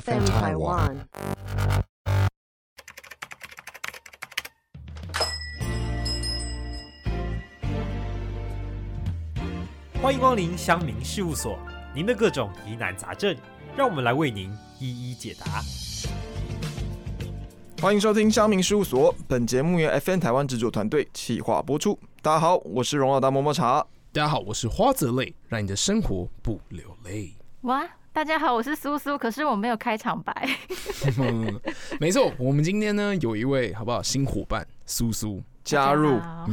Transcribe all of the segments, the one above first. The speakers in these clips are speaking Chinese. FM Taiwan. 欢迎光临乡民事务所，您的各种疑难杂症，让我们来为您一一解答。欢迎收听乡民事务所，本节目由 FN 台湾制作团队企划播出。大家好，我是荣耀大摸摸茶。大家好，我是花泽类，让你的生活不流泪。哇，大家好，我是苏苏，可是我没有开场白。没错，我们今天呢有一位好不好新伙伴苏苏，加入好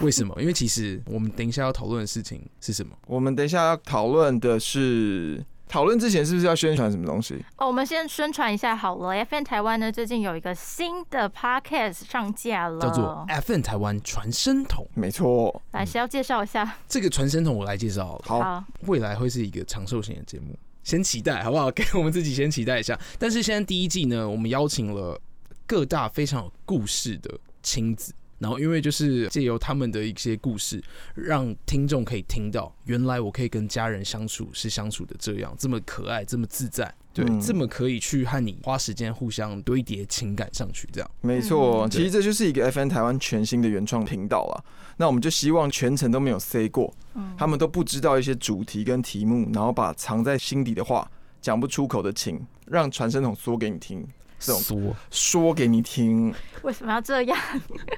为什么？因为其实我们等一下要讨论的事情是什么？我们等一下要讨论的是，讨论之前是不是要宣传什么东西？哦，我们先宣传一下好了。FN 台湾呢，最近有一个新的 podcast 上架了，叫做 FN 台湾传声筒。没错，来谁要介绍一下？这个传声筒我来介绍好了，好好，未来会是一个长寿型的节目，先期待好不好？给我们自己先期待一下。但是现在第一季呢，我们邀请了各大非常有故事的亲子。然后，因为就是借由他们的一些故事，让听众可以听到，原来我可以跟家人相处是相处的这样，这么可爱，这么自在，对，嗯这么可以去和你花时间互相堆叠情感上去，这样。没错，嗯其实这就是一个 FN 台湾全新的原创频道啦。那我们就希望全程都没有 say 过，他们都不知道一些主题跟题目，然后把藏在心底的话、讲不出口的情，让传声筒说给你听，这种说说给你听。为什么要这样？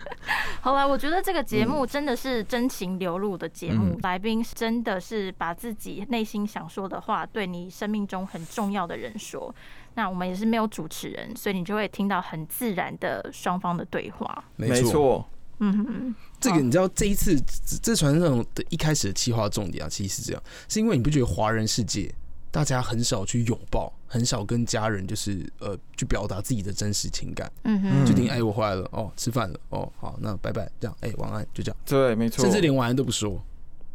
好了，我觉得这个节目真的是真情流露的节目，嗯来宾真的是把自己内心想说的话，对你生命中很重要的人说。那我们也是没有主持人，所以你就会听到很自然的双方的对话。没错，嗯哼哼。这个你知道，这一次这这传统的一开始的企划重点啊，其实是这样，是因为你不觉得华人世界大家很少去拥抱，很少跟家人就是呃去表达自己的真实情感，嗯哼，嗯就定哎我回来了，哦吃饭了，哦好那拜拜这样，哎晚安就这样，对，没错，甚至连晚安都不说。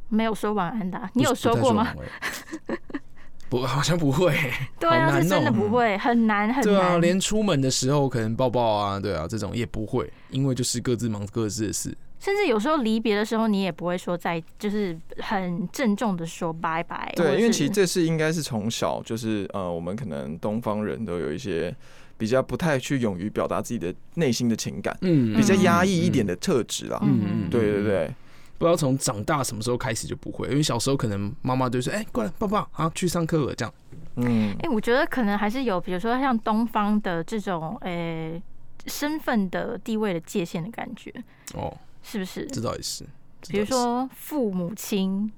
没有说晚安的啊、不你有说过吗？？不太晚安不，好像不 会。 对啊，好难是哦真的不会，很难很对啊，难。连出门的时候可能抱抱啊，对啊，这种也不会，因为就是各自忙各自的事。甚至有时候离别的时候，你也不会说再就是很郑重的说拜拜。或者对，因为是其实这是应该是从小就是呃，我们可能东方人都有一些比较不太去勇于表达自己的内心的情感，嗯比较压抑一点的。的特质啦。嗯嗯，对对对，不知道从长大什么时候开始就不会，因为小时候可能妈妈就说：“哎、过来，抱抱，啊，去上课了。”这样，嗯哎、，我觉得可能还是有，比如说像东方的这种呃、身份的地位的界限的感觉，哦，是不是？这倒也是。这倒比也如是，说父母亲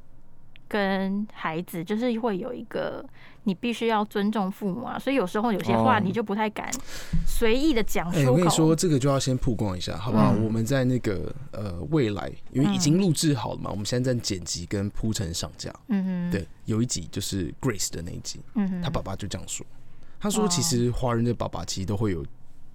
跟孩子，就是会有一个你必须要尊重父母啊，所以有时候有些话哦你就不太敢随意的讲哎、出口。我跟你说，这个就要先曝光一下，好不好？嗯我们在那个呃未来，因嗯为已经录制好了嘛，我们现在在剪辑跟铺陈上架。嗯哼，对，有一集就是 Grace 的那一集，嗯哦哼，她爸爸就这样说，他说哇其实华人的爸爸其实都会有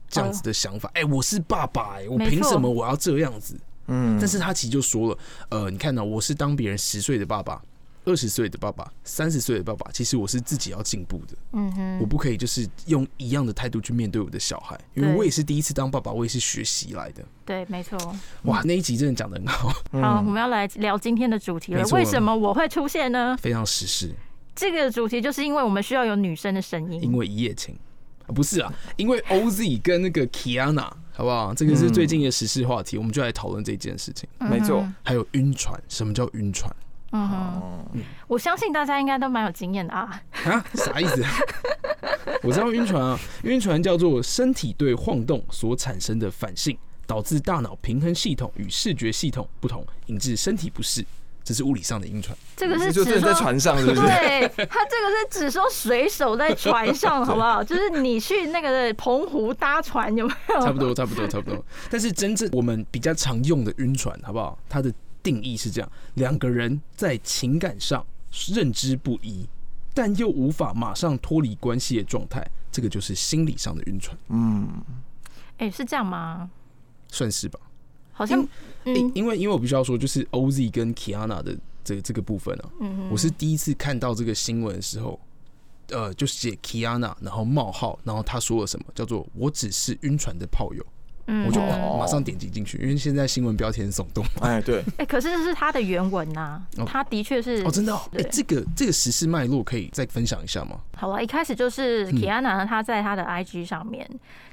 这样子的想法，哎、我是爸爸、哎，我没凭什错么我要这样子？嗯，但是他其实就说了，呃，你看呢、我是当别人十岁的爸爸，二十岁的爸爸，三十岁的爸爸，其实我是自己要进步的，嗯哼，我不可以就是用一样的态度去面对我的小孩，因为对我也是第一次当爸爸，我也是学习来的。对，没错。嗯哇，那一集真的讲得很好， 好，我们要来聊今天的主题了没。错为什么我会出现呢？非常实事，这个主题就是因为我们需要有女生的声音。因为一夜情。啊不是啊，因为 OZ 跟那个 Kiana，好不好？这个是最近的时事话题，我们就来讨论这件事情。哎没错，还有晕船，什么叫晕船嗯哼，我相信大家应该都蛮有经验的啊。啊？啥意思？我知道晕船啊，晕船叫做身体对晃动所产生的反应，导致大脑平衡系统与视觉系统不同，引致身体不适。这是物理上的晕船，这个你是就真指的在说。船上是不是？对他这个是只说水手在船上，好不好？就是你去那个澎湖搭船，有没有？差不多，差不多，差不多。但是真正我们比较常用的晕船，好不好？它的定义是这样：两个人在情感上认知不一，但又无法马上脱离关系的状态，这个就是心理上的晕船，嗯，哎、是这样吗？算是吧？好像，因嗯因为因为我必须要说，就是 OZ 跟 Kiana 的这个这个部分啊，嗯我是第一次看到这个新闻的时候，呃，就是写 Kiana，然后冒号，然后他说了什么，叫做“我只是晕船的炮友”，嗯我就哎、哦马上点击进去，因为现在新闻标题很耸动。 哎，对，可是这是他的原文呐、哦他的确是哦，真的、哦，哎、嗯对这个这个时事脉络可以再分享一下吗？好了，一开始就是嗯 Kiana 呢，她在她的 IG 上面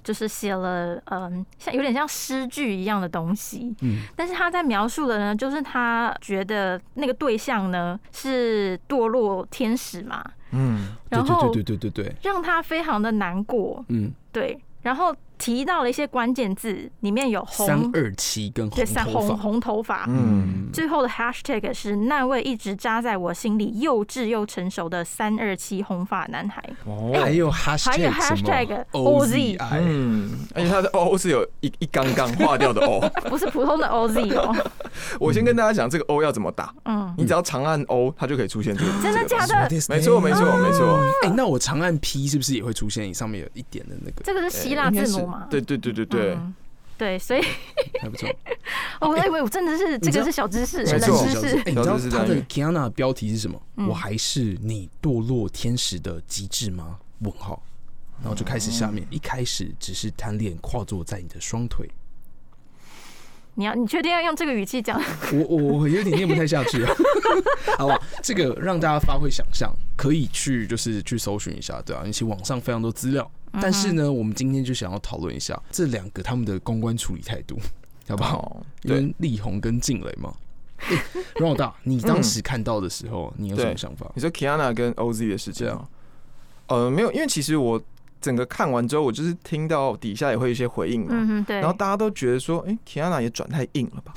就是写了，嗯，像有点像诗句一样的东西。嗯，但是她在描述的呢，就是她觉得那个对象呢是堕落天使嘛，嗯，对然对后对对对对对，让她非常的难过，嗯，对，然后提到了一些关键字，里面有三红，二七跟红对，三头红发，红头发。嗯，嗯，最后的 hashtag 是那位一直扎在我心里又稚又成熟的三二七红发男孩。哦还有 hashtag 还有什么 hashtag OZI，嗯，而且它的 O 是有一一刚刚划掉 的 O。不是普通的 OZ 哦，我嗯先跟大家讲这个 O 要怎么打，嗯，你只要长按 O，它就可以出现这个字。真的假的？没错，没。错，没错。哎、那我长按 P 是不是也会出现上面有一点的那个？这个是希呃腊字母嘛？对对对对对，嗯对，所以哦还不错，我以为我真的是知道这个是小知识，没冷错知小识哎，你知道小知识他单的元 Kiana 的标题是什么？嗯我还是你堕落天使的极致吗？问号。然后就开始下嗯面，一开始只是贪恋跨坐在你的双腿，你要你确定要用这个语气讲？我我我有点念不太下去了， 好吧，这个让大家发挥想象，可以去就是去搜寻一下，对啊，而且网上非常多资料。但是呢，我们今天就想要讨论一下这两个他们的公关处理态度，好不好？好，因对，为力宏跟静蕾嘛。欸阮老大，你当时看到的时候，你有什么对想法？你说 Kiana 跟 OZ 的事情啊？呃，没有，因为其实我整个看完之后，我就是听到底下也会有一些回应嘛，嗯哼，对然，后大家都觉得说，哎，Kiana 也转太硬了吧？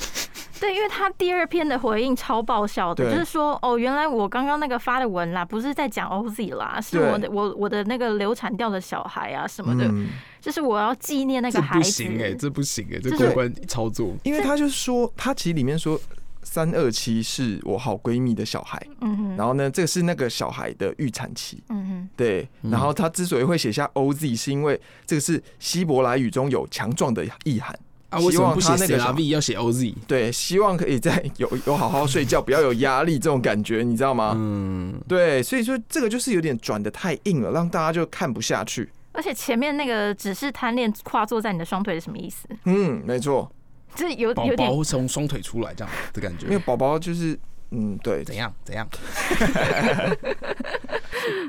对，因为他第二篇的回应超爆笑的，对就是说哦，原来我刚刚那个发的文啦，不是在讲 OZ 啦，是我的我我的那个流产掉的小孩啊什么的，嗯，就是我要纪念那这个孩不子行。哎、这不行哎、这就是公关操作。因为他就是说，他其实里面说三二七是我好闺蜜的小孩，嗯哼，然后呢，这是那个小孩的预产期。嗯哼，对，嗯然后他之所以会写下 OZ，是因为这个是希伯来语中有强壮的意涵。啊，为什么不希写望他那个 C R V 要写 O Z？对，希望可以在有有好好睡觉，不要有压力这种感觉，你知道吗？嗯，对，所以说这个就是有点转的太硬了，让大家就看不下去。而且前面那个只是贪恋跨坐在你的双腿是什么意思？嗯，没错，这有宝有点宝从双腿出来这样的感觉因，为宝宝就是嗯，对，怎样怎样？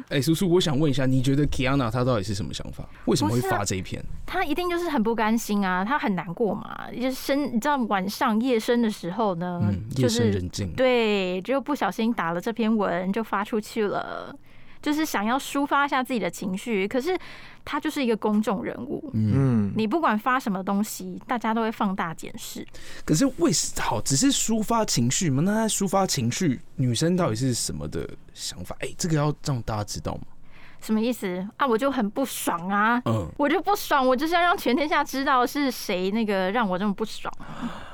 哎、叔叔，我想问一下，你觉得 Kiana 她到底是什么想法？为什么会发这一篇？他一定就是很不甘心啊，他很难过嘛。就是深，你知道晚上夜深的时候呢，嗯，就夜深是人静，对，就不小心打了这篇文就发出去了，就是想要抒发一下自己的情绪。可是他就是一个公众人物，嗯，嗯，你不管发什么东西，大家都会放大检视。可是为什好只是抒发情绪吗？那她抒发情绪，女生到底是什么的想法？哎、这个要让大家知道吗？什么意思啊？我就很不爽啊！嗯，我就不爽，我就是要让全天下知道是谁那个让我这么不爽。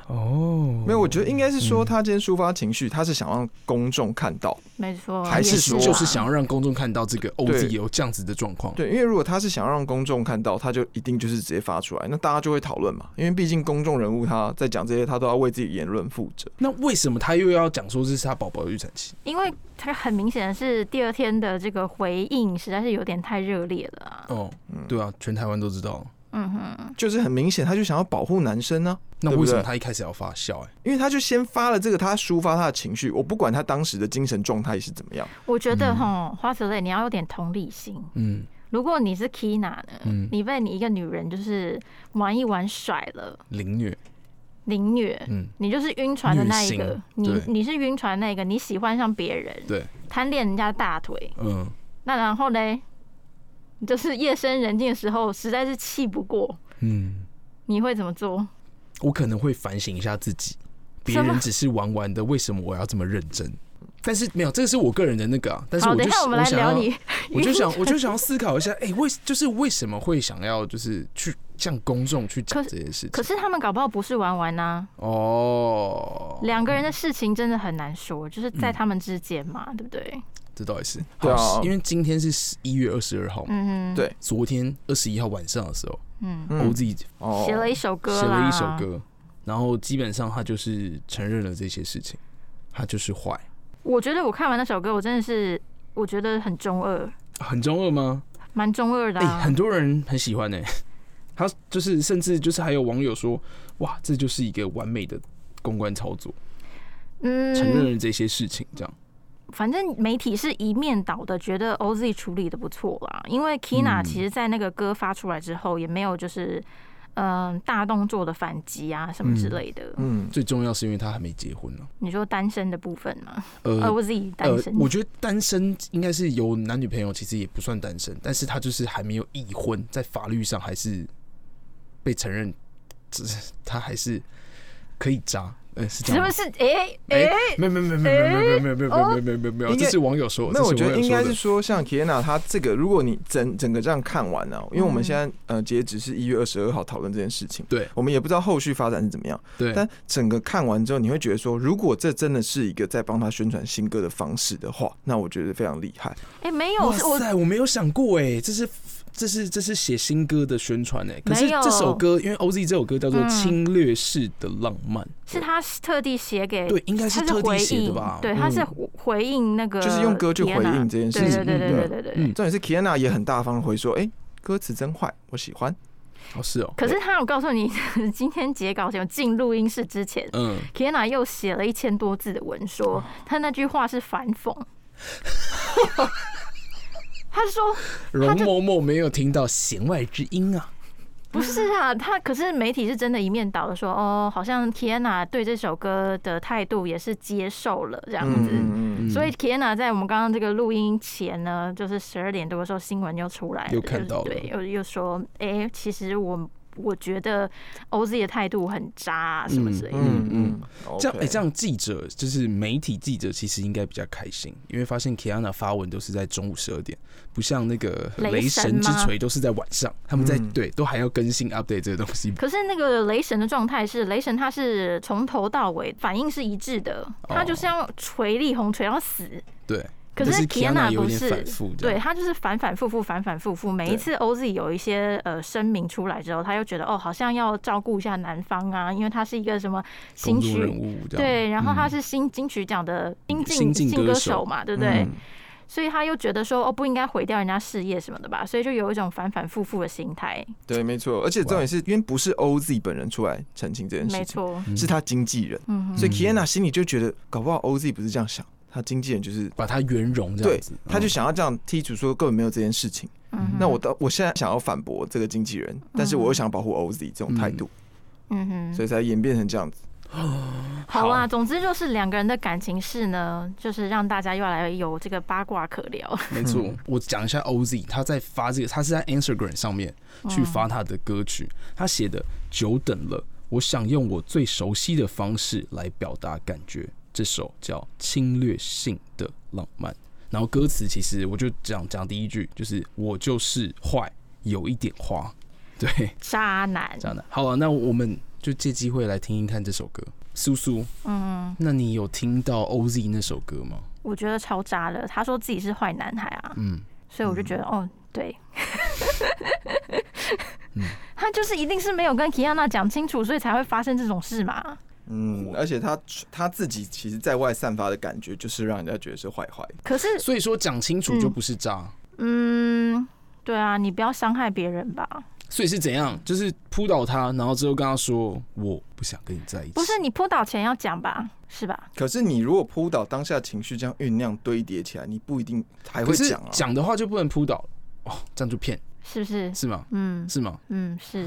哦，没有，我觉得应该是说他今天抒发情绪，他是想让公众看到。没错，还是也说啊就是想要让公众看到这个 O Z 对有这样子的状况。对，因为如果他是想让公众看到，他就一定就是直接发出来，那大家就会讨论嘛。因为毕竟公众人物他在讲这些，他都要为自己言论负责。那为什么他又要讲说这是他宝宝的预产期？因为它很明显的是第二天的这个回应实在是有点太热烈了啊、哦，对啊，全台湾都知道。嗯哼，就是很明显，他就想要保护男生啊呢、那对不为什么对他一开始要发笑、哎，因为他就先发了这个，他抒发他的情绪，我不管他当时的精神状态是怎么样，我觉得哈，花泽类你要有点同理心。嗯如果你是 Kina 呢，嗯，你被你一个女人就是玩一玩甩了凌虐，凌虐，嗯，你就是晕船的那一个，女你性对你是晕船那一个，你喜欢上别人，对，贪恋人家的大腿，嗯，那然后嘞，就是夜深人静的时候，实在是气不过，嗯，你会怎么做？我可能会反省一下自己，别什么人只是玩玩的，为什么我要这么认真？但是没有，这个是我个人的那个啊。但是好，我等就一下我们来想聊要你，我就 想，我就想要思考一下，哎、为就是为什么会想要就是去向公众去讲可这件事可情？是他们搞不好不是玩玩啊呐、哦，两个人的事情真的很难说，就是嗯在他们之间嘛，对不对？这倒也是对啊好因为今天是十一月二十二号嘛，嗯哼，对昨天二十一号晚上的时候、嗯，嗯 o z 哦，写了一首歌啊写了啦，一首，歌，然后基本上他就是承认了这些事情，他就是坏，我觉得我看完那首歌，我真的是我觉得很中二，很中二吗？蛮中二的、哎、啊很多人很喜欢呢、 他就是甚至就是还有网友说，哇，这就是一个完美的公关操作，嗯，承认了这些事情，这样。反正媒体是一面倒的，觉得 OZ 处理的不错啦。因为嗯 Kina 其实在那个歌发出来之后，也没有就是嗯、呃大动作的反击啊什么之类的。嗯，最重要是因为他还没结婚呢、你说单身的部分嘛、呃哦 o z 单呃身，，我觉得单身应该是有男女朋友，其实也不算单身，但是他就是还没有已婚，在法律上还是被承认，只是他还是可以渣，呃，是这是样不吗？是？哎、哎、哎、没有没有没有没有没有没有没有没有没有没有没有没有，应该这是网友说的，那我哦这觉是得网友应说该的是说，像 Kiana 她这个，如果你整整个这样看完了、因为我们嗯现在呃截止是一月二十二号讨论这件事情，对我们也不知道后续发展是怎么样。对，但整个看完之后，你会觉得说，如果这真的是一个在帮他宣传新歌的方式的话，那我觉得非常厉害。哎，没有，哇是我塞，我没有想过哎、这是这是这是写新歌的宣传哎、可是没有这首歌因为 OZ 这首歌叫做嗯《侵略式的浪漫》，是他特地写给，对，应该他特地回写的应吧？，对，嗯他是回应那个，就是用歌去回应。这件事对情。对对对对嗯对对。嗯，重点是 Kiana 也很大方地回说，哎、歌词真坏，我喜欢。哦是哦，可是他，我告诉你， 今天截稿前进录音室之前，嗯， Kiana 又写了一千多字的文说，他那句话是反讽。 他说容嬷嬷没有听到弦外之音啊，不是啊，他可是媒体是真的一面倒的说，哦，好像 Kiana 对这首歌的态度也是接受了这样子。嗯嗯所以 Kiana 在我们刚刚这个录音前呢，就是十二点多的时候，新闻又出来了，又看到了就是对，又又说，哎、其实我我觉得 OZ 的态度很渣、啊、什么之类的。嗯嗯嗯嗯，这样哎、 OK 这样记者就是媒体记者，其实应该比较开心，因为发现 Kiana 发文都是在中午十二点，不像那个雷雷神神之吗锤都是在晚上，他们在、嗯对都还要更新 update 这个东西。可是那个雷神的状态是，雷神他是从头到尾反应是一致的，哦他就是要锤力红锤到死。对，可但是是 Kiana 有不点是反复，这对样，他就是反反复复，反反复复。每一次 OZ 有一些呃声明出来之后，他又觉得哦，好像要照顾一下男方啊，因为他是一个什么公新众人曲物这样。对，然后他嗯是新金曲奖的新新晋晋新歌歌手手嘛，对不对？嗯所以他又觉得说哦，不应该毁掉人家事业什么的吧，所以就有一种反反复复的心态。对，没错。而且重点是因为不是 OZ 本人出来澄清这件没事情，错，是他经纪人，嗯哼，所以 Kiana 心里就觉得，搞不好 OZ 不是这样想，他经纪人就是。把它圆融这对样子，，他嗯就想要这样剔除，说根本没有这件事情。嗯哼那我到我现在想要反驳这个经纪人，但是我又想保护 OZ 这种态度，嗯哼，所以才演变成这样子。好啊，总之就是两个人的感情事呢，就是让大家越来越有这个八卦可聊。 没错，我讲一下 OZ，他在发这个，他是在 Instagram 上面去发他的歌曲，他写的“久等了，我想用我最熟悉的方式来表达感觉”，这首叫《侵略性的浪漫》。然后歌词其实我就讲讲第一句，就是我就是坏，有一点花，对，渣男，这样的。好了，啊那我们就借机会来听听看这首歌。苏苏，嗯，那你有听到 OZ 那首歌吗？我觉得超渣的。他说自己是坏男孩啊，嗯，所以我就觉得，哦，对。 他就是一定是没有跟 Kiana 讲清楚，所以才会发生这种事嘛。嗯，而且他他自己其实在外散发的感觉，就是让人家觉得是坏坏的。可是，所以说讲清楚就不是渣。嗯，对啊，你不要伤害别人吧。所以是怎样？就是扑倒他，然后之后跟他说：“我不想跟你在一起。”不是你扑倒前要讲吧，是吧？可是你如果扑倒当下情绪这样酝酿堆叠起来，你不一定还可会是讲啊。讲的话就不能扑倒哦，这样就骗是不是？是吗？嗯，是吗？嗯，是。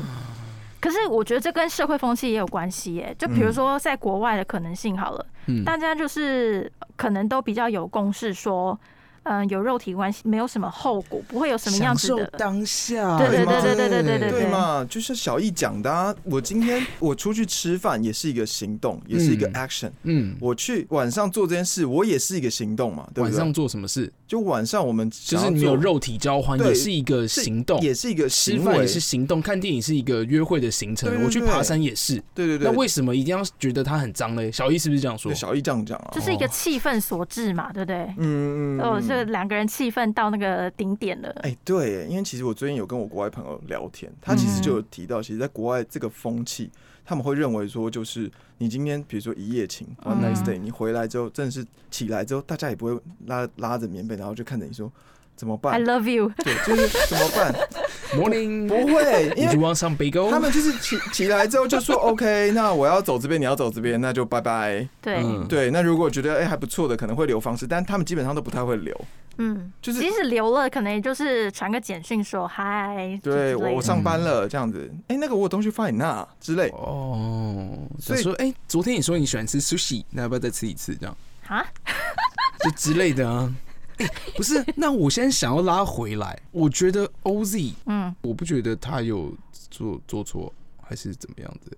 可是我觉得这跟社会风气也有关系耶。就比如说在国外的可能性好了，嗯，大家就是呃可能都比较有共识说，嗯、有肉体关系没有什么后果，不会有什么样享子受的。当下，对对对对对对对对对嘛，就是小易讲的、啊。我今天我出去吃饭也是一个行动，也是一个嗯 action。嗯，我去晚上做这件事，我也是一个行动嘛，对不晚对？上做什么事？就晚上我们就想是要做你有肉体交换，对也是一个是行动；也是一个吃行饭为，也是行动，看电影是一个约会的行程对。对我去对爬山也是。对对对。那为什么一定要觉得他很脏嘞？小易是不是这样说对？小易这样讲啊？就是一个气氛所致嘛，对不对？嗯嗯嗯。哦，这两个人气氛到那个顶点了。哎、对耶，因为其实我最近有跟我国外朋友聊天，他其嗯实就有提到，其实，在国外这个风气，他们会认为说，就是你今天比如说一夜情 （one 嗯 night stay），、你回来之后，真的是起来之后，大家也不会拉拉着棉被，然后就看着你说怎么 I 办？ love you，对，就是怎么办？ Morning，不会，因 Would 为 you want some bagel？他们就是起起来之后就说 OK，那我要走这边，你要走这边，那就拜拜。对，嗯对，那如果觉得哎、还不错的，可能会留方式，但他们基本上都不太会留。嗯，就是即使留了，可能也就是传个简讯说嗨，对之类我我的嗯上班了这样子，哎、那个我有东西放你那之类。哦，所所以以说，哎、昨天你说你喜欢吃 sushi，那要不要再吃一次？这样啊，就之类的啊。哎不是，那我先想要拉回来，我觉得 OZ，嗯，我不觉得他有做做错还是怎么样子，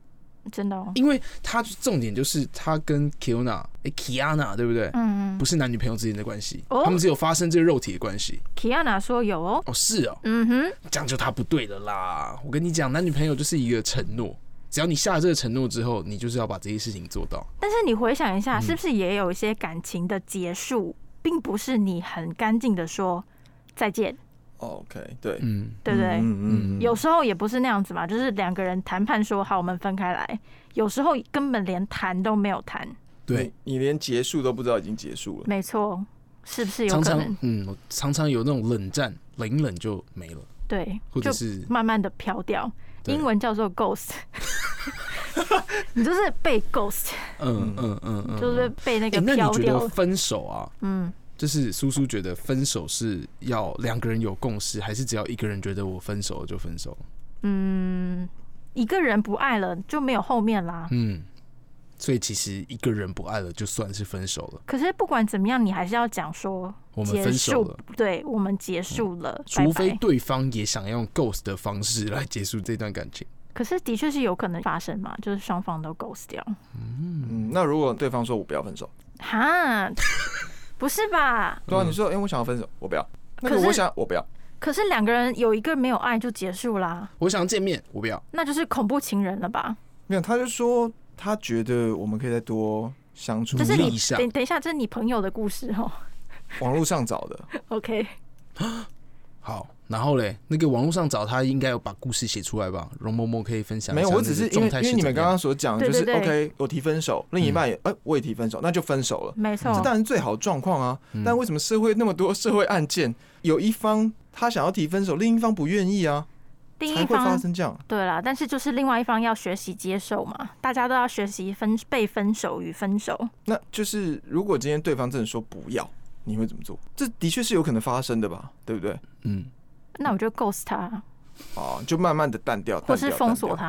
真的哦，因为他重点就是他跟 Kiana，哎、Kiana 对不对？嗯嗯不是男女朋友之间的关系，哦他们只有发生这个肉体的关系。 ，Kiana 说有哦，哦，是哦，嗯哼，这样就他不对了啦。我跟你讲，男女朋友就是一个承诺，只要你下了这个承诺之后，你就是要把这些事情做到。但是你回想一下，嗯是不是也有一些感情的结束，并不是你很干净的说再见， OK，对，嗯，对不对？嗯有时候也不是那样子嘛，就是两个人谈判说好，我们分开来。有时候根本连谈都没有谈，对。你，你连结束都不知道已经结束了。没错，是不是有常可能？常嗯，我常常有那种冷战，冷一冷就没了，对，或就者是慢慢的飘掉。对英文叫做 ghost，你就是被 ghost，、嗯嗯嗯嗯，就是被那哎、个那飘你觉掉。得分手啊，嗯，就是苏苏觉得分手是要两个人有共识，还是只要一个人觉得我分手了就分手？一个人不爱了就没有后面啦。嗯，所以其实一个人不爱了就算是分手了，可是不管怎么样，你还是要讲说我们结分手束，了。嗯对我们结束了，拜除非拜。对方也想要用 ghost 的方式来结束这段感情，可是的确是有可能发生嘛，就是双方都 ghost 掉。嗯，那如果对方说我不要分手，哈，不是吧？对啊，嗯你说哎、我想要分手，我不要。那个可是我想我不要，可是两个人有一个没有爱就结束啦，我想要见面，我不要。那就是恐怖情人了吧？没有，他就说他觉得我们可以再多相处这。是努力你一下等等一下，这是你朋友的故事哦。 网络上找的， OK，好，然后嘞，那个网络上找他应该有把故事写出来吧？容嬷嬷可以分享一下没有，我只那个是因状为态因是为你怎们么刚样嗯刚所讲的对就是对对嗯 OK，我提分手，另一半也哎、我也提分手，那就分手了。没错这。当然最好状况啊。嗯但为什么社会那么多社会案件，有一方他想要提分手，另一方不愿意啊，另才一会发方生这样。对啦，但是就是另外一方要学习接受嘛，大家都要学习分被分手与分手。那就是如果今天对方真的说不要，你会怎么做？这的确是有可能发生的吧，对不对？嗯，那我就 ghost 他，啊，就慢慢的淡掉，或淡是掉封锁淡掉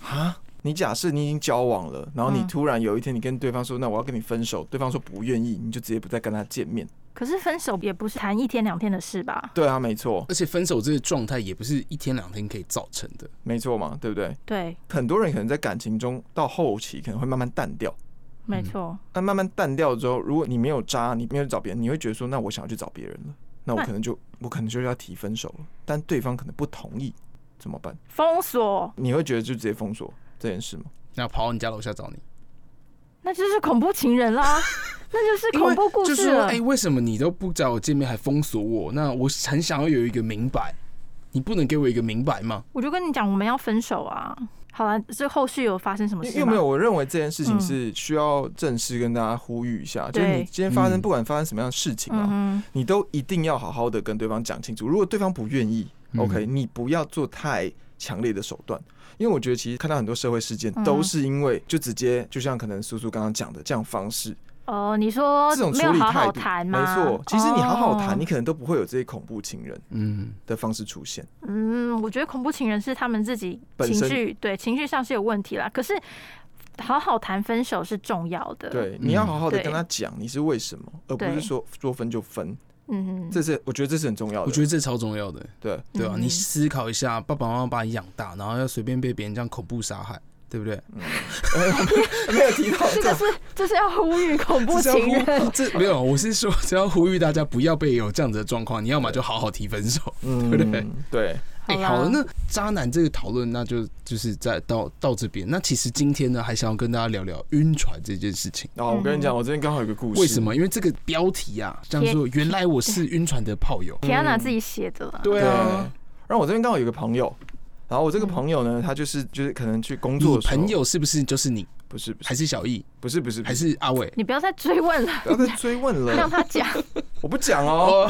他。啊。你假设你已经交往了，然后你嗯突然有一天你跟对方说，那我要跟你分手，对方说不愿意，你就直接不再跟他见面。可是分手也不是谈一天两天的事吧？对啊，没错，而且分手这个状态也不是一天两天可以造成的。没错嘛，对不对？对，很多人可能在感情中到后期可能会慢慢淡掉。没错。那慢慢淡掉之后，如果你没有渣，你没有去找别人，你会觉得说，那我想要去找别人了，那我那可能就我可能就要提分手了，但对方可能不同意，怎么办？封锁，你会觉得就直接封锁这件事吗？那跑到你家楼下找你，那就是恐怖情人啦， 那就是恐怖故就事是说，了。哎、为什么你都不找我见面，还封锁我？那我很想要有一个明白，你不能给我一个明白吗？我就跟你讲，我们要分手啊！好了，这后续有发生什么因事为吗？因为没有，我认为这件事情嗯是需要正式跟大家呼吁一下，就对是你今天发嗯生不管发生什么样的事情啊，嗯你都一定要好好的跟对方讲清楚。如果对方不愿意、嗯 o k 你不要做太强烈的手段，因为我觉得其实看到很多社会事件嗯都是因为就直接就像可能苏苏刚刚讲的这样方式，哼，哦，你说这种没处有理好态好度，谈没吗？错。其实你好好谈，哦你可能都不会有这些恐怖情人嗯，的方式出现。嗯，我觉得恐怖情人是他们自己本情身绪对情绪上是有问题啦。可是好好谈分手是重要的。，对，嗯你要好好的对跟他讲你是为什么，而不对是说说分就分。嗯，这是我觉得这是很重要的。我觉得这超重要的，对，对吧、嗯你思考一下，爸爸妈妈把你养大，然后要随便被别人这样恐怖杀害，对不对？没有提到 这这 个是这是要呼吁恐怖这是要情呼 嗯人。 这没有，我是说，只要呼吁大家不要被有这样子的状况，你要么就好好提分手。嗯，对不对 对，哎、啦好了，那渣男这个讨论，那就就是在到到这边。那其实今天呢，还想要跟大家聊聊晕船这件事情。然后我跟嗯你讲，我这边刚好有个故事。为什？么？因为这个标题啊，叫做“原来我是晕船的炮友田安娜自己写的啦”。。对对。啊，然后我这边刚好有个朋友，然后我这个朋友呢，他就是就是可能去工啊你作的时嗯候朋友是不是就是你？不是不还是是小易？不是不是还是阿伟？你不要再追问了，不要再追问让了，他讲。我不讲哦。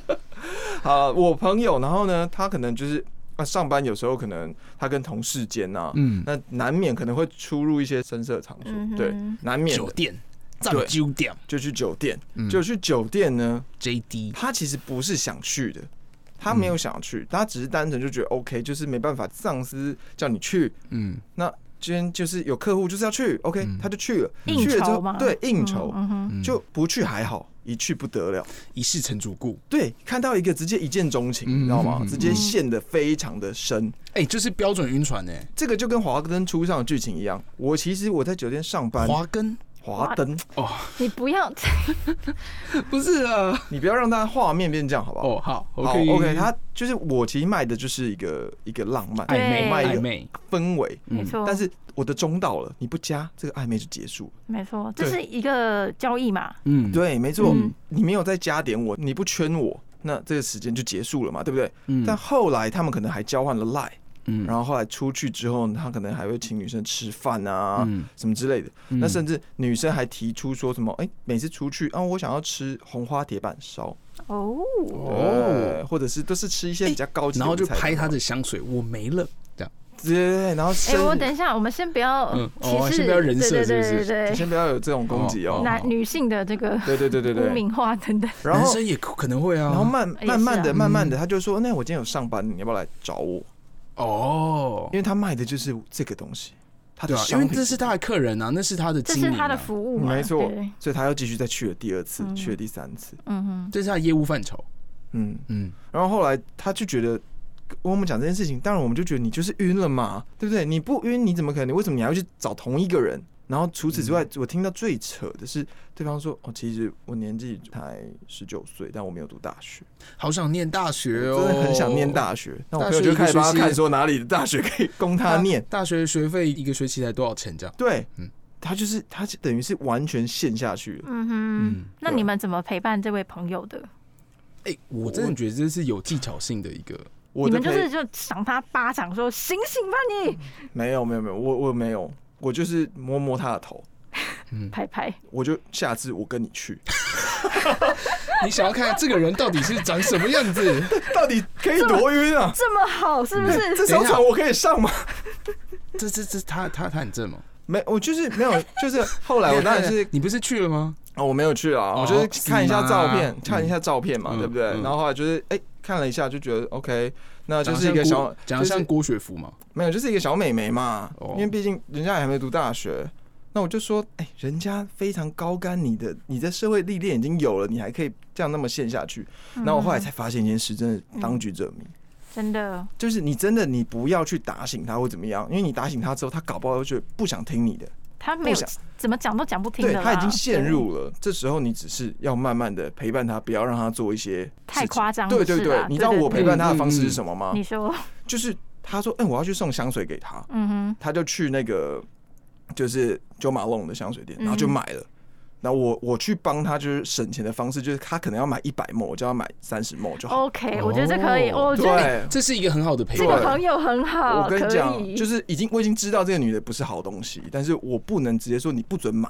好，我朋友，然后呢，他可能就是啊，上班有时候可能他跟同事间呐、啊，嗯，那难免可能会出入一些深色场所，嗯哼对，难免酒的店、藏对酒店、就去酒店，嗯就去酒店呢， JD，他其实不是想去的。他没有想嗯去，他只是单纯就觉得 OK，就是没办法，上司叫你去，嗯，今天就是有客户就是要去，OK，、嗯他就去了，应去了之酬后嘛，对应酬、嗯嗯哼嗯就不去还好，一去不得了，一世成主顾，对，看到一个直接一见钟情，嗯你知道吗？嗯直接陷得非常的深，哎、就是标准晕船哎、这个就跟华灯初上的剧情一样。我其实我在酒店上班，华根华灯，你不要， 嗯不是啊，你不要让它画面变这样，好不好？哦好好，OK ，OK，它就是我其实卖的就是一个一个浪漫暧昧对暧昧，嗯氛围，没错，但是我的中到了，你不加这个暧昧就结束了。没错，这对是一个交易嘛，嗯，对，没错嗯，你没有再加点我，你不圈我，那这个时间就结束了嘛，对不对？嗯但后来他们可能还交换了 line，嗯然后后来出去之后，他可能还会请女生吃饭啊，嗯，什么之类的。那嗯甚至女生还提出说什么，哎，每次出去啊，我想要吃红花铁板烧，哦，对，或者是都是吃一些比较高级哎的然午后就餐什么的，拍他的香水，我没了，这样，对，对对，然后哎、生我等一下，我们先不要嗯歧哦视，先不要人设是对对不对是对对，先不要有这种攻击哦哦，男女性的这个对对对对污对，名化等等，然男后生也可能会啊，然后慢也是啊慢慢的慢慢的，嗯他就说，那我今天有上班，你要不要来找我？哦因，为他卖的就是这个东西，他的对啊，因商为品这是他的客人啊，那是他的这经营、是啊，他的服务嘛，没错对，所以他又继续再去了第二次，嗯去了第三次，嗯哼，这是他的业务范畴，嗯，嗯，然后后来他就觉得。我们讲这件事情，当然我们就觉得你就是晕了嘛，对不对？你不晕你怎么可能？为什么你还要去找同一个人？然后除此之外，嗯我听到最扯的是对方说：“哦，其实我年纪才十九岁，但我没有读大学，好想念大学真哦，的很想念大学。”那我朋友大学一就个开始帮他学期看说哪里的大学可以供他念。大学学费一个学期才多少钱这样？对嗯，他就是他就等于是完全陷下去了。嗯哼，嗯那啊你们怎么陪伴这位朋友的？哎、我真的觉得这是有技巧性的一个，我你的们就朋是就赏他巴掌说醒醒吧你，没有没有没有，我我没有，我就是摸摸他的头，嗯拍拍，我就下次我跟 你去，你想要看这个人到底是长什么样子？ 到底可以多晕啊？这么好是不是？这艘船我可以上吗？这这这他他他很正哦。没，我就是没有，就是后哎来我当然是 你不是去了吗？哦，我没有去啊，哦我就是看一下照是片吗，看一下照片嘛，嗯对不对？嗯然后后来就是哎看了一下就觉得 OK，那就是一个小讲得就像是郭雪芙嘛。没有，就是一个小美眉嘛哦，因为毕竟人家也还没读大学。那我就说，哎、人家非常高干，你的你在社会历练已经有了，你还可以这样那么陷下去。嗯然后我后来才发现一件事，真的当局者迷，真的，就是你真的你不要去打醒他或怎么样，因为你打醒他之后，他搞不好就不想听你的，他没不有想怎么讲都讲不听对的啦，他已经陷入了。这时候你只是要慢慢的陪伴他，不要让他做一些太事情夸张了对对是对啦，你知道对对我陪伴他的对方式嗯是什么吗对。？你说，就是他说，哎、我要去送香水给他，嗯哼，他就去那个就是九马龙的香水店，嗯然后就买了。然后我我去帮他，就是省钱的方式，就是他可能要买一百墨，我就要买三十墨就好。 OK，我觉哦得这可以，哦我觉得哦对，这是一个很好的陪这伴个，朋友很好，我跟你讲可，以就是已经我已经知道这个女的不是好东西，但是我不能直接说你不准买，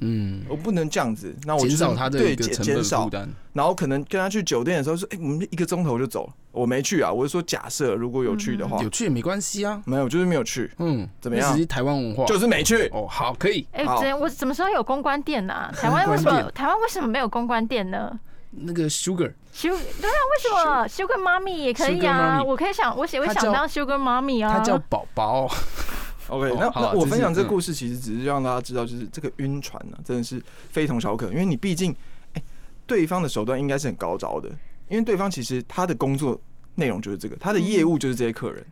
嗯，我不能这样子。那我就减是少他的一对个减成减本少负，担。然后可能跟他去酒店的时候说，哎、我们一个钟头就走了，我没去啊，我是说假设如果有去嗯的话，有去也没关系啊，没有就是没有去，嗯，怎么样那只是台湾文化，就是没去。哦，好，可以。哎、好欸，我什么时候有公关 店啊？台湾为什公关么台湾为什么没有公关店呢那个 Sugar， ？Sugar 对啊，为什么 Sugar 妈咪也可以 Sugar 啊？ Mommy 我可以想，我也会她叫想到 Sugar 妈咪啊。他叫宝宝， OK，哦那好啊那我这分是享嗯这个故事，其实只是让大家知道，就是这个晕船呢、真的是非同小可，因为你毕竟，哎、对方的手段应该是很高招的，因为对方其实他的工作内容就是这个，他的业务就是这些客人，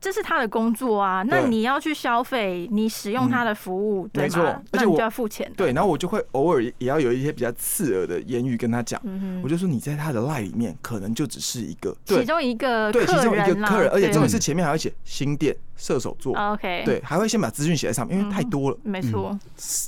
这是他的工作啊。那对你要去消费，你使用他的服务，对没错吗？而那且你我就要付钱。对，然后我就会偶尔也也要有一些比较刺耳的言语跟他讲，嗯我哼，就说你在他的赖里面可能就只是一个其对中一个对其中一个人啦，啊客人，而且对哦啊重点是前面还要写新店射手座， OK，，对，嗯还会先把资讯写在上面，因为太多了，没错，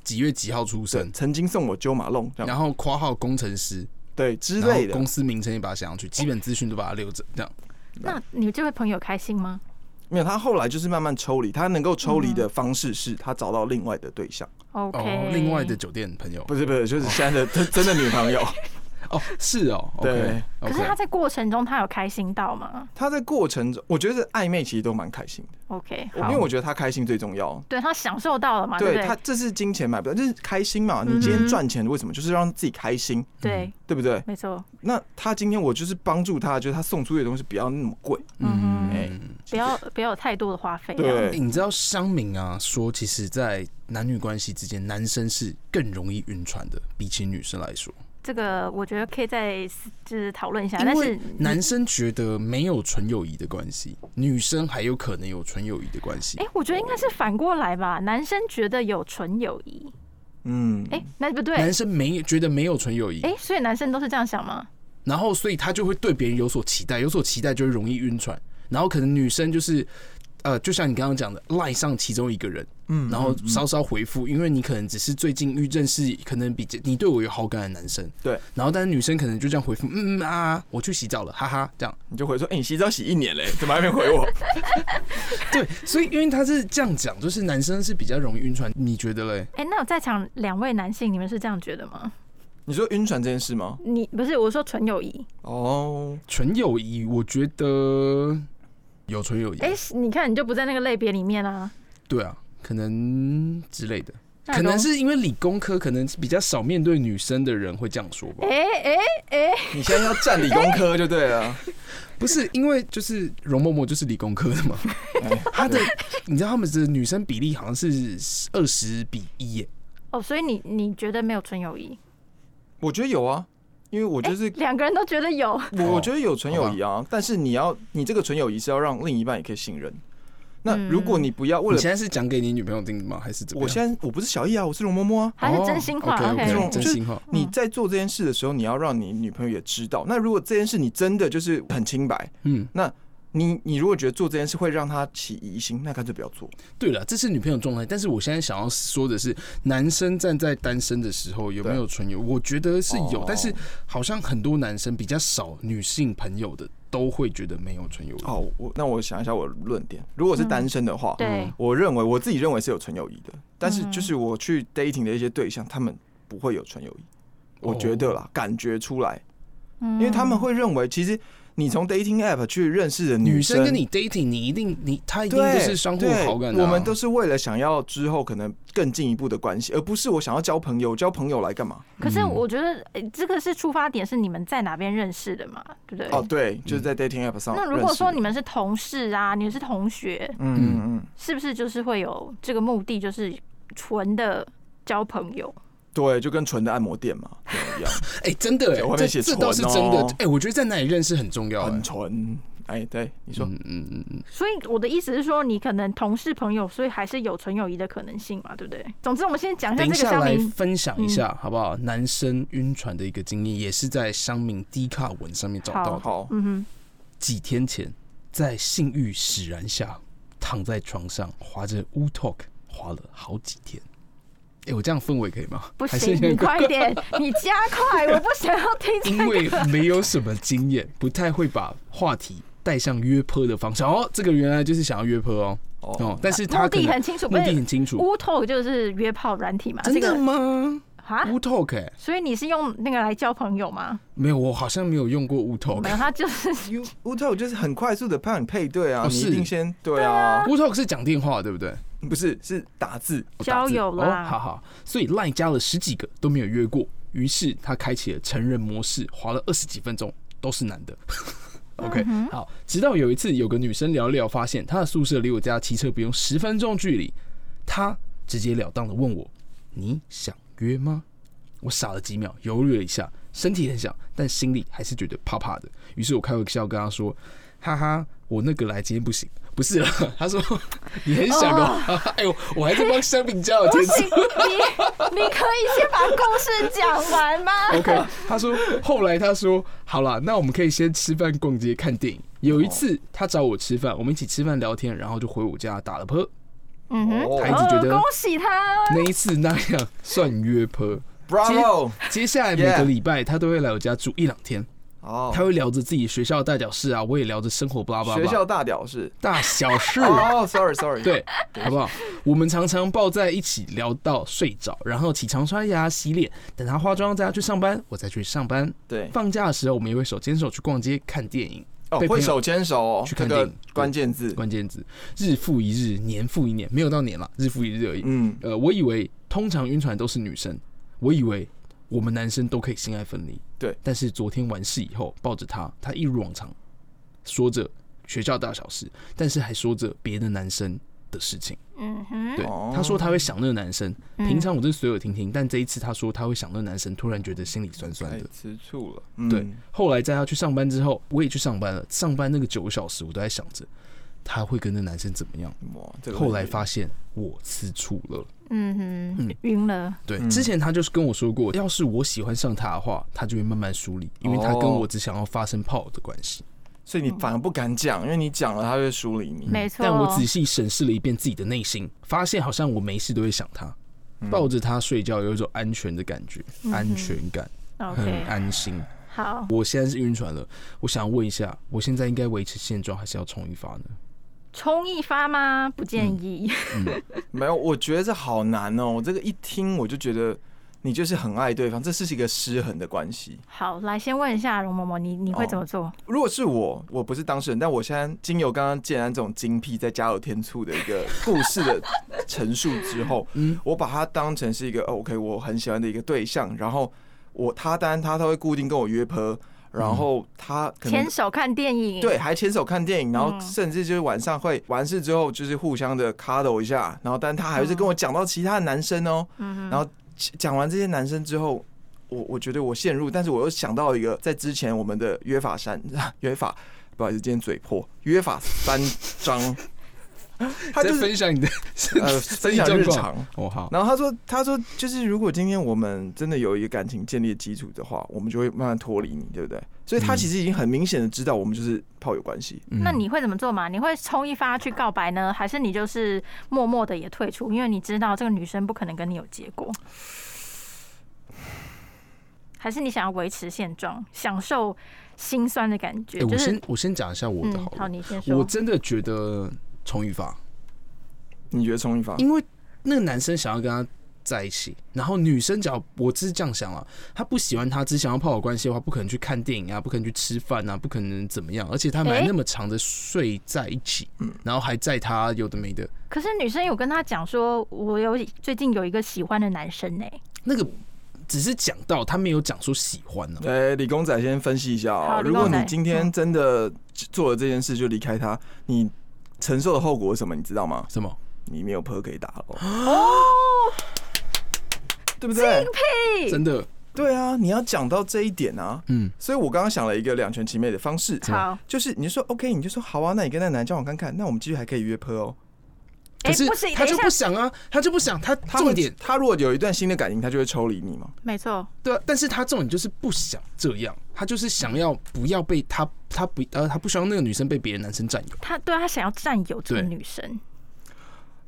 几月几号出对生，，曾经送我揪马弄这样，嗯然后括号工程师对之然后类的公，司名称也把它写上去，基本资讯都把它留着，这样。那你这位朋友开心吗？没有，他后来就是慢慢抽离，他能够抽离嗯的方式是他找到另外的对象， OK，、哦嗯哦，另外的酒店朋友， 不是不是，就是现在的真真的女朋友。哦，是哦对，OK，可 OK，是他在过程中他有开心到吗他在过程中，我觉得暧昧其实都蛮开心的， ？OK，因好为，我觉得他开心最重要。对他享受到了嘛，啊对他嗯不这是金钱买不到，就是开心嘛。嗯你今天赚钱为什么？就是让自己开心，对？对，对不对？没错，那他今天我就是帮助他，就是他送出去的东西不要那么贵，嗯哎不要不要有太多的花费。啊对欸你知道商民啊说，其实，在男女关系之间，男生是更容易晕船的，比起女生来说，这个我觉得可以再私就是讨论一下，啊但因为是男生觉得没有纯友谊的关系，女生还有可能有纯友谊的关系哎、。我觉得应该是反过来吧，男生觉得有纯友谊，嗯，哎、那不对，男生没觉得没有纯友谊，哎、所以男生都是这样想吗？然后所以他就会对别人有所期待，有所期待就会容易晕船。然后可能女生就是，呃，就像你刚刚讲的，赖上其中一个人，嗯，然后稍稍回复，因为你可能只是最近遇认识，可能比较你对我有好感的男生，对。然后但是女生可能就这样回复，嗯嗯啊，我去洗澡了，哈哈，这样。你就回说，哎、你洗澡洗一年嘞，怎么还没回我？对，所以因为他是这样讲，就是男生是比较容易晕船，你觉得嘞？哎、那有在场两位男性，你们是这样觉得吗？你说晕船这件事吗？你不是我说纯友谊，哦，纯友谊，我觉得有纯友谊，哎、你看你就不在那个类别里面啊。对啊，可能之类的。那可能都是因为理工科可能比较少面对女生的人会这样说吧哎，哎哎，你现在要占理工科就对了，不是因为就是容嬷嬷就是理工科的 嘛，哎她的你知道他们的女生比例好像是二十比一耶，哦，所以你你觉得没有纯友谊？我觉得有啊，因为我就是两个人都觉得有，我哦我觉得有纯友谊啊，但是你要你这个纯友谊是要让另一半也可以信任。那如果你不要为你了，现在是讲给你女朋友听的吗？还是怎么样？我现在我不是小易啊，我是容嬷嬷啊。还是真心话、 o k 这 OK，种 OK，真心话。你在做这件事的时候，你要让你女朋友也知道。那如果这件事你真的就是很清白，嗯，你你如果觉得做这件事会让她起疑心，那干脆不要做。对了，这是女朋友状态，但是我现在想要说的是，男生站在单身的时候有没有纯友？我觉得是有，哦但是好像很多男生比较少女性朋友的都会觉得没有纯友谊。哦，我那我想一下我的论点，如果是单身的话，嗯对，我认为我自己认为是有纯友谊的，但是嗯就是我去 dating 的一些对象，他们不会有纯友谊，我觉得啦，感觉出来，因因为嗯他们会认为其实你从 dating app 去认识的女生生跟你 dating，你一定你她一定对都是相互对好感的啊、我们都是为了想要之后可能更进一步的关系，而不是我想要交朋友，交朋友来干嘛？可是嗯我觉得、诶这个是出发点是你们在哪边认识的嘛，对不对？哦，对，就嗯是在 dating app 上认识的。那如果说你们是同事啊，你们是同学，嗯嗯嗯，是不是就是会有这个目的，就是纯的交朋友？对，就跟纯的按摩店嘛对 一样，哎、真的哎、对外面这写这倒是真的纯哎哦、我觉得在哪里认识很重要、哎很纯。哎，对，你说，嗯嗯嗯嗯，所以我的意思是说，你可能同事朋友，所以还是有纯友谊的可能性嘛，对不对？总之，我们先讲一下等这一个下乡来民，分享一嗯下、好不好？男生晕船的一个经验，也是在商民低卡文上面找到的。好，嗯几天前，在性欲使然下，躺在床上划着 U Talk，划了好几天。哎、我这样氛围可以吗哼，？不还是行，你快点， 你加快，我不想要听这 因个。为没有什么经验，不太会把话题带向约坡的方向。哦，这个原来就是想要约坡哦。哦哦，，但是他目可的能很清楚，目不的是很清楚。乌透就是约炮软体嘛？真这的个吗啊？ ？U Talk 哎，所以你是用那个来交朋友吗？没有，我好像没有用过 U 没 Talk。有，他就是因为 u t 就是很快速的帮你配对啊，哦你是一定先对啊， U Talk 是讲电话对不对？不是是打字，我打字交友啦哦，好好。所以 Line 加了十几个都没有约过，于是他开启了成人模式，划了二十几分钟，都是男的。OK，好，直到有一次有个女生聊一聊，发现她的宿舍离我家骑车不用十分钟距离，她直截了当的问我：“你想约吗？”我傻了几秒，犹豫了一下，身体很想，但心里还是觉得怕怕的。于是我开玩笑跟她说：“哈哈，我那个来今天不行。”不是 了，她说你很想哦， 哎呦，我还在帮香饼加油不添行，醋。你你可以先把故事讲完吗？ OK，他说后来他说好啦，那我们可以先吃饭、逛街、看电影。有一次他找我吃饭，我们一起吃饭聊天，然后就回我家打了泼。嗯哼，哦他一直觉得哦、恭喜他，那一次那样算约泼。E ，Bravo，接下来每个礼拜他都会来我家住一两天。哦，他会聊着自己学校的大小事啊，我也聊着生活，巴拉巴学拉，校大屌是大小事。哦，sorry sorry，对，好不好？我们常常抱在一起聊到睡着，然后起床刷牙、洗脸，等他化妆，再他去上班，我再去上班。对，放假的时候，我们也会手牵手去逛街、看电影。哦，被朋会友手牵手哦，去这看个电影关键字，关键字日复一日，年复一年，没有到年了，日复一日而已。嗯，呃，我以为通常晕船都是女生，我以为我们男生都可以性爱分离。对，但是昨天完事以后，抱着她，她一如往常，说着学校大小事，但是还说着别的男生的事情。嗯哼，对哦，她说她会想那个男生，嗯平常我都是随耳听听，但这一次她说她会想那个男生，突然觉得心里酸酸太的。吃醋了，对哎嗯，后来在她去上班之后，我也去上班了，上班那个九个小时，我都在想着她会跟那男生怎么样。嗯哇，这个后问来题发现我吃醋了。嗯嗯哼，晕了，对，嗯之前他就是跟我说过，要是我喜欢上他的话，他就会慢慢疏离，因为他跟哦我只想要发生炮的关系。所以你反而不敢讲，因为你讲了他会疏离你。没错。嗯但我仔细审视了一遍自己的内心，发现好像我没事都会想他，嗯抱着他睡觉有一种安全的感觉，嗯哼安全感很 OK，安心。好，我现在是晕船了，我想问一下，我现在应该维持现状，还是要冲一发呢？冲一发吗？不建议。嗯没有，我觉得这好难哦。我这个一听我就觉得你就是很爱对方，这是一个失衡的关系。 好，来先问一下容嬷嬷，你你会哦怎么做？如果是我，我不是当事人，但我现在经由刚刚建安这种精辟再加有添醋的一个故事的陈述之后，嗯我把它当成是一个哦 OK 我很喜欢的一个对象，然后我他当然他他会固定跟我约炮，然后他可能牵手看电影，对，，还牵手看电影，然后嗯甚至就是晚上会完事之后就是互相的 cuddle 一下，然后但他还是跟我讲到其他的男生哦，嗯然哼，后讲完这些男生之后，我我觉得我陷入，但是我又想到一个，在之前我们的约法三 约法，不好意思，今天嘴破，约法三 章，他在就是分享你的呃 分享日常。哦，好，然后他说：“他说就是，如果今天我们真的有一个感情建立的基础的话，我们就会慢慢脱离你，对不对？所以他嗯其实已经很明显的知道我们就是炮友关系。嗯那你会怎么做嘛？你会冲一发去告白呢，还是你就是默默的也退出？因为你知道这个女生不可能跟你有结果，还是你想要维持现状，享受心酸的感觉？哎就我是先我先讲一下我的嗯好，好，了，你先说我。真的觉得冲一发。你觉得冲一发？因为那个男生想要跟他在一起，然后女生只要我是这样想了，她不喜欢他，只想要泡好关系的话，不可能去看电影啊，不可能去吃饭啊，不可能怎么样，而且他们还诶嗯那么长的睡在一起，然后还在他有的没的，可是女生有跟他讲说，我有最近有一个喜欢的男生欸呢、那个只是讲到他没有讲说喜欢啊呢、呃、李公仔先分析一下啊、好李如果公你仔今天真的做了这件事就离开他，你承受的后果是什么？你知道吗？什么？你没有坡可以打了哦，对不对？真的，对啊，你要讲到这一点啊。嗯，所以我刚刚想了一个两全其美的方式，好，就是你就说 OK，你就说好啊，那你跟那男交往看看，那我们继续还可以约坡哦。哎、可是不行，他等就一下不，想啊，他就不想，他他重点会他如果有一段新的感情，他就会抽离你嘛。没错，对啊，但是他重点就是不想这样，他就是想要不要被他他不呃他不希望那个女生被别的男生占有，他对他想要占有这对个女生，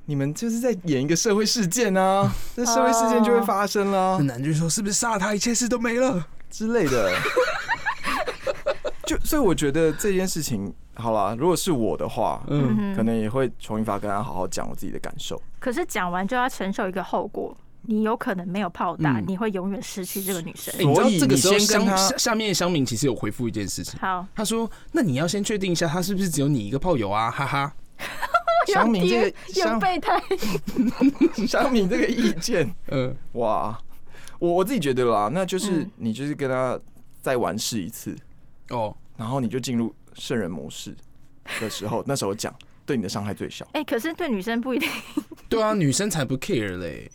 你们就是在演一个社会事件 啊，那社会事件就会发生啦、那男的就说是不是杀了他一切事都没了？之类的。就所以我觉得这件事情，好啦，如果是我的话，嗯嗯，哼可能也会重一发跟他好好讲我自己的感受。可是讲完就要承受一个后果，你有可能没有炮打，嗯你会永远失去这个女生欸。你知道所以这个时候你先跟香他下下面香明其实有回复一件事情， 好，他说：“那你要先确定一下，他是不是只有你一个炮友啊？”哈哈，香敏这有个有香备胎，香敏这个意见，呃，哇，我我自己觉得啦，那就是嗯你就是跟他再完事一次，哦，然后你就进入圣人模式的时 候，那时候讲对你的伤害最小。 哎、可是对女生不一定。对啊，女生才不 care 嘞，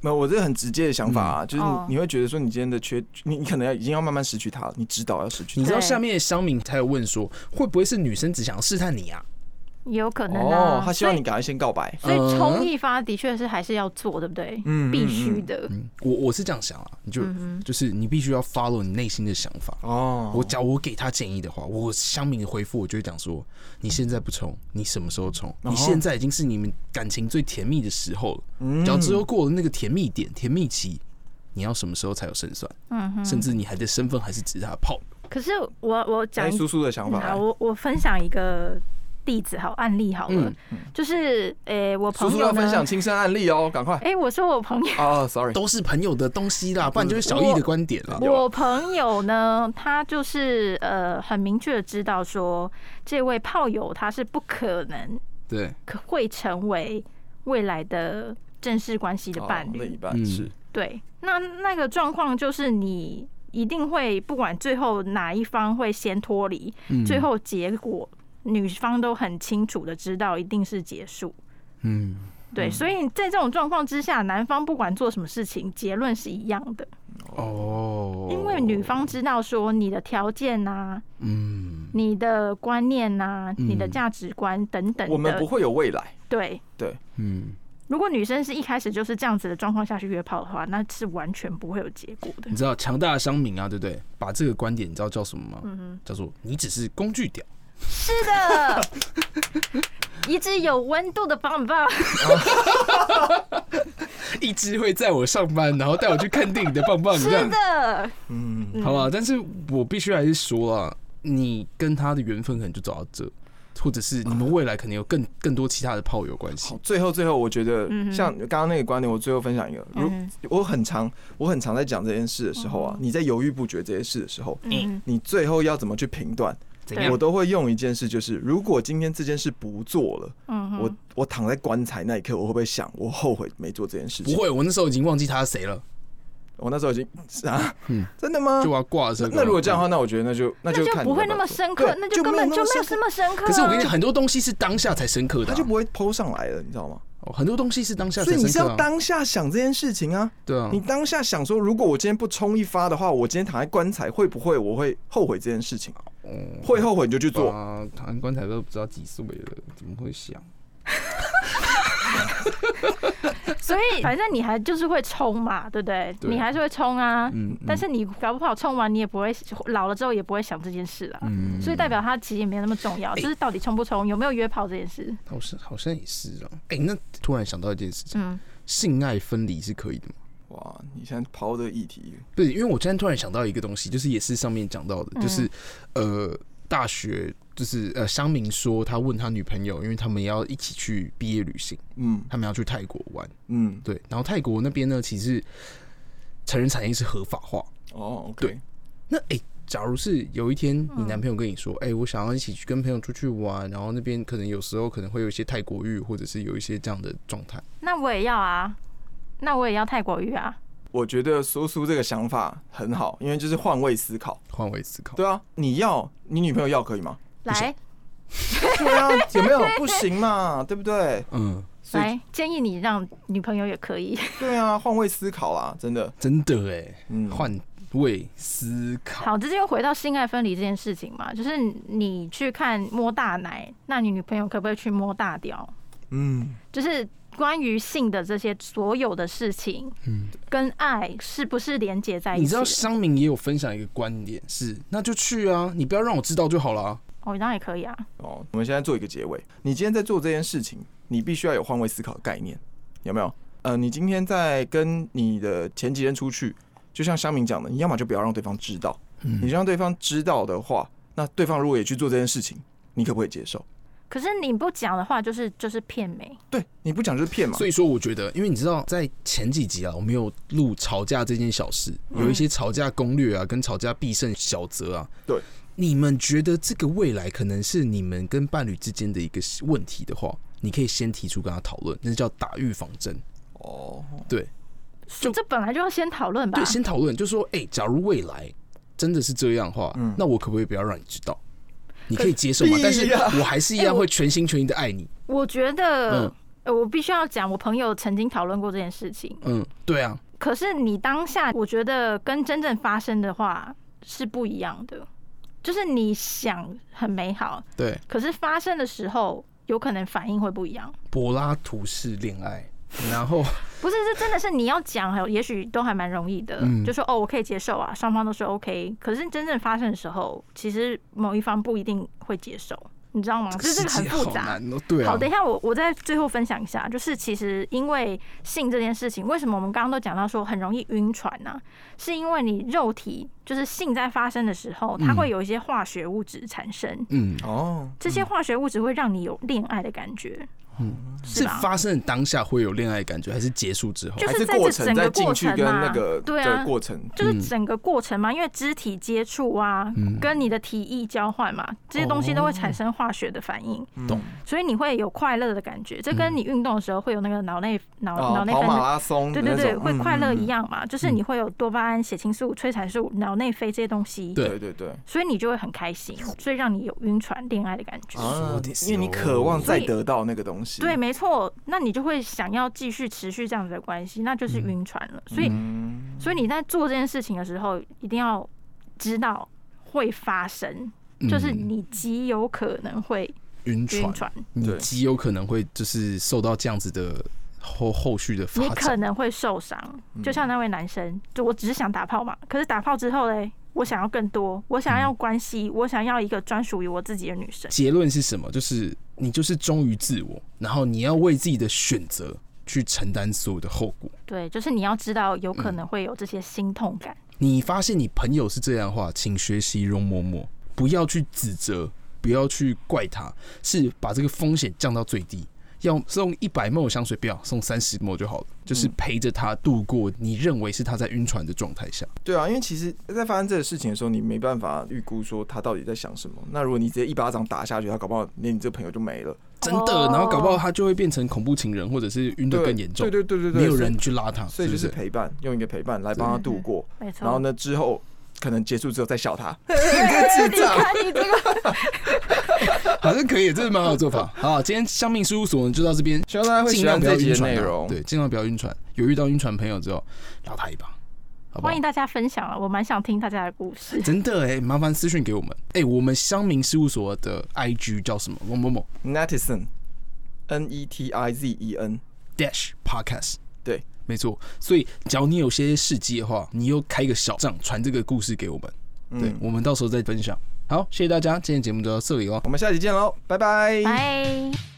没有，我这个很直接的想法啊，就是哦你你会觉得说你今天的缺，你你可能要已经要慢慢失去他了，你知道要失去你他。知道对下面香明才有问说，会不会是女生只想试探你啊？也有可能啊。哦，他希望你赶快先告白。所以，所以冲嗯一发的确是还是要做，对不对？嗯嗯必须的。嗯，我我是这样想啊，你就、就是你必须要 follow 你内心的想法。哦，我假如我给他建议的话，我香明的回复我就会讲说，你现在不冲，你什么时候冲？哦你现在已经是你们感情最甜蜜的时候了。只要之后过了那个甜蜜点、甜蜜期，你要什么时候才有胜算？嗯哼，甚至你还的身份还是只是他的炮友，可是我我讲嗯哎，苏苏的想法好，来，我我分享一个例子好案例好了，嗯就是诶、我苏朋苏友哎要呢，哎分享亲身案例哦，赶快。诶、我说我朋友，哦，sorry，都是朋友的东西啦，不然就是小易的观点啦。有啊我朋友呢，他就是呃很明确的知道说，这位炮友他是不可能对，可会成为未来的正式关系的伴哦侣，另一半嗯是对，那那个状况就是你一定会不管最后哪一方会先脱离，嗯最，后结果女方都很清楚的知道一定是结束。嗯，对，所以在这种状况之下，男方不管做什么事情，结论是一样的，哦，因为女，方知道说你的条件呐、嗯，你的观念呐、嗯你的价值观等等的。我们不会有未来。对，嗯，如果女生是一开始就是这样子的状况下去约炮的话，那是完全不会有结果的你。知道强大的商民啊，对不对？把这个观点，你知道叫什么吗？嗯哼，叫做你只是工具屌。是的， 一只有温度的棒棒。一只会载我上班，然后带我去看电影的棒棒，这是样的，嗯，嗯好吧？但是我必须还是说啊，你跟他的缘分可能就走到这，或者是你们未来可能有更更多其他的炮友关系好，。最后最后，我觉得嗯哼像刚刚那个观点，我最后分享一个，如嗯我很常我很常在讲这件事的时候啊，你在犹豫不决这些事的时候，嗯你最后要怎么去评断？怎对我都会用一件事，就是如果今天这件事不做了，嗯哼，我我躺在棺材那一刻，我会不会想我后悔没做这件事不情？会，我那时候已经忘记他是谁了，我那时候已经 是啊嗯，真的吗就？要挂那着。那如果这样的话，那我觉得那就那就那就看你不会要那要么做深刻，对那就根没有本那就么没有深这么深刻啊。可是我跟你讲，很多东西是当下才深刻的他啊、就不会抛上来了，你知道吗？哦很多东西是当下才所以深刻、啊。你是要当下想这件事情啊，对啊你，当下想说，如果我今天不冲一发的话，我今天躺在棺材会不会我会后悔这件事情？嗯会后悔你就去做，啊，唐棺材都不知道几岁了，怎么会想？所以反正你还就是会冲嘛，对不对？对你还是会冲啊，嗯，但是你搞不好冲完你也不会老了之后也不会想这件事啊。嗯所以代表他其实也没那么重要，就是到底冲不冲，有没有约炮这件事。好像好像也是啊。哎、那突然想到一件事情。嗯，性爱分离是可以的吗？哇！你现在抛的议题，对，因为我今天突然想到一个东西，就是也是上面讲到的，就是呃，大学就是呃，乡民说他问他女朋友，因为他们要一起去毕业旅行，嗯他们要去泰国玩，嗯，对，然后泰国那边呢，其实成人产业是合法化。哦对，OK，那哎、假如是有一天你男朋友跟你说，哎、我想要一起去跟朋友出去玩，然后那边可能有时候可能会有一些泰国浴，或者是有一些这样的状态，那我也要啊，那我也要泰国浴啊。我觉得苏苏这个想法很好，因为就是换位思考。换位思考。对啊，你要你女朋友要可以 吗？来对啊，有没有不行嘛？对不对？嗯，所以来，建议你让女朋友也可以。对啊，换位思考啦，真的，真的哎、嗯，换位思考。好，这就回到性爱分离这件事情嘛，就是你去看摸大奶，那你女朋友可不可以去摸大屌？嗯，就是关于性的这些所有的事情，嗯跟爱是不是连接在一起的？你知道商明也有分享一个观点是，那就去啊，你不要让我知道就好了啊。哦，那也可以啊。哦，我们现在做一个结尾。你今天在做这件事情，你必须要有换位思考的概念，有没有？呃，你今天在跟你的前几任出去，就像香明讲的，你要么就不要让对方知道，你让对方知道的话，那对方如果也去做这件事情，你可不可以接受？可是你不讲的话、就是，就是骗美。对你不讲就是骗嘛所。以说，我觉得，因为你知道，在前几集啊，我们有录吵架这件小事，有一些吵架攻略啊，跟吵架必胜小则啊。对，你们觉得这个未来可能是你们跟伴侣之间的一个问题的话，你可以先提出跟他讨论，那叫打预防针。哦，对，就这本来就要先讨论吧对，。先讨论，就说，哎、假如未来真的是这样的话，嗯那我可不可以不要让你知道？你可以接受吗？但是屁呀我还是一样会全心全意的爱你。我觉得，嗯呃我必须要讲，我朋友曾经讨论过这件事情。嗯，对啊，可是你当下，我觉得跟真正发生的话是不一样的。就是你想很美好，对，可是发生的时候，有可能反应会不一样。柏拉图式恋爱，然后不是，这真的是你要讲，还有也许都还蛮容易的，嗯就说哦，我可以接受啊，双方都说 OK。可是真正发生的时候，其实某一方不一定会接受，你知道吗？就是这个世很界复好杂。难哦，对啊。好，等一下我我再最后分享一下，就是其实因为性这件事情，为什么我们刚刚都讲到说很容易晕船呢、是因为你肉体就是性在发生的时候，它嗯会有一些化学物质产生，嗯，哦，这些化学物质会让你有恋爱的感觉，嗯，是吧？发生的当下会有恋爱感觉，还是结束之后？就还是在过这程整在个进过去程跟那啊个对的啊过程，嗯就是整个过程嘛，因为肢体接触啊，跟你的体液交换嘛，这些东西都会产生化学的反应，哦懂嗯所以你会有快乐的感觉。这跟你运动的时候会有那个脑内脑啊脑，内跑分马泌，拉松的对那对种，对，会嗯快乐嗯一样嘛，就是你会有多巴胺、血清素、催产素、脑内啡这些东西，对对对对，所以你就会很开心，所以让你有晕船恋爱的感觉。啊说的，是因为你哦渴望所再以得到那个东西，对，没错，那你就会想要继续持续这样子的关系，那就是晕船了。所以嗯，所以你在做这件事情的时候，一定要知道会发生，嗯就是你极有可能会晕晕船，船，你对极有可能会就是受到这样子的后后续的你发可展。能会受伤。就像那位男生，就我只是想打炮嘛，可是打炮之后嘞，我想要更多，我想要关系，我想要一个专属于我自己的女生。结论是什么？就是你就是忠于自我，然后你要为自己的选择去承担所有的后果。对，就是你要知道有可能会有这些心痛感。你发现你朋友是这样的话，请学习容嬷嬷，不要去指责，不要去怪他，是把这个风险降到最低。要送一百沫香水，不要送三十沫就好了，就是陪着他度过你认为是他在晕船的状态下。对啊，因为其实，在发生这个事情的时候，你没办法预估说他到底在想什么。那如果你直接一巴掌打下去，他搞不好连你这朋友就没了，真的，哦然后搞不好他就会变成恐怖情人，或者是晕得对啊更严重对。对对对对，没有人去拉他，所以，所以就是不陪伴，用一个陪伴来帮他度过。没错。然后呢，之后可能结束之后再 笑他，你个智障。 你这个是好像可以，这是蛮好的做法。好，今天香命事务所呢就到这边，希望大家会尽喜量欢不这要一集晕的船啊内容。对，尽量不要晕船。有遇到晕船朋友之后，拉他一把，好不好欢迎？大家分享啊，我蛮想听大家的故事。 真的哎、麻烦私讯给我们。哎、我们香民事务所的 IG 叫什么？某某某 Netizen，N E T I Z E N， dash podcast。对，没错。所以，假如你有些事迹的话，你又开一个小账，传这个故事给我们，对、嗯，我们到时候再分享。好，谢谢大家，今天节目就到这里哦。我们下期见喽，拜拜。拜。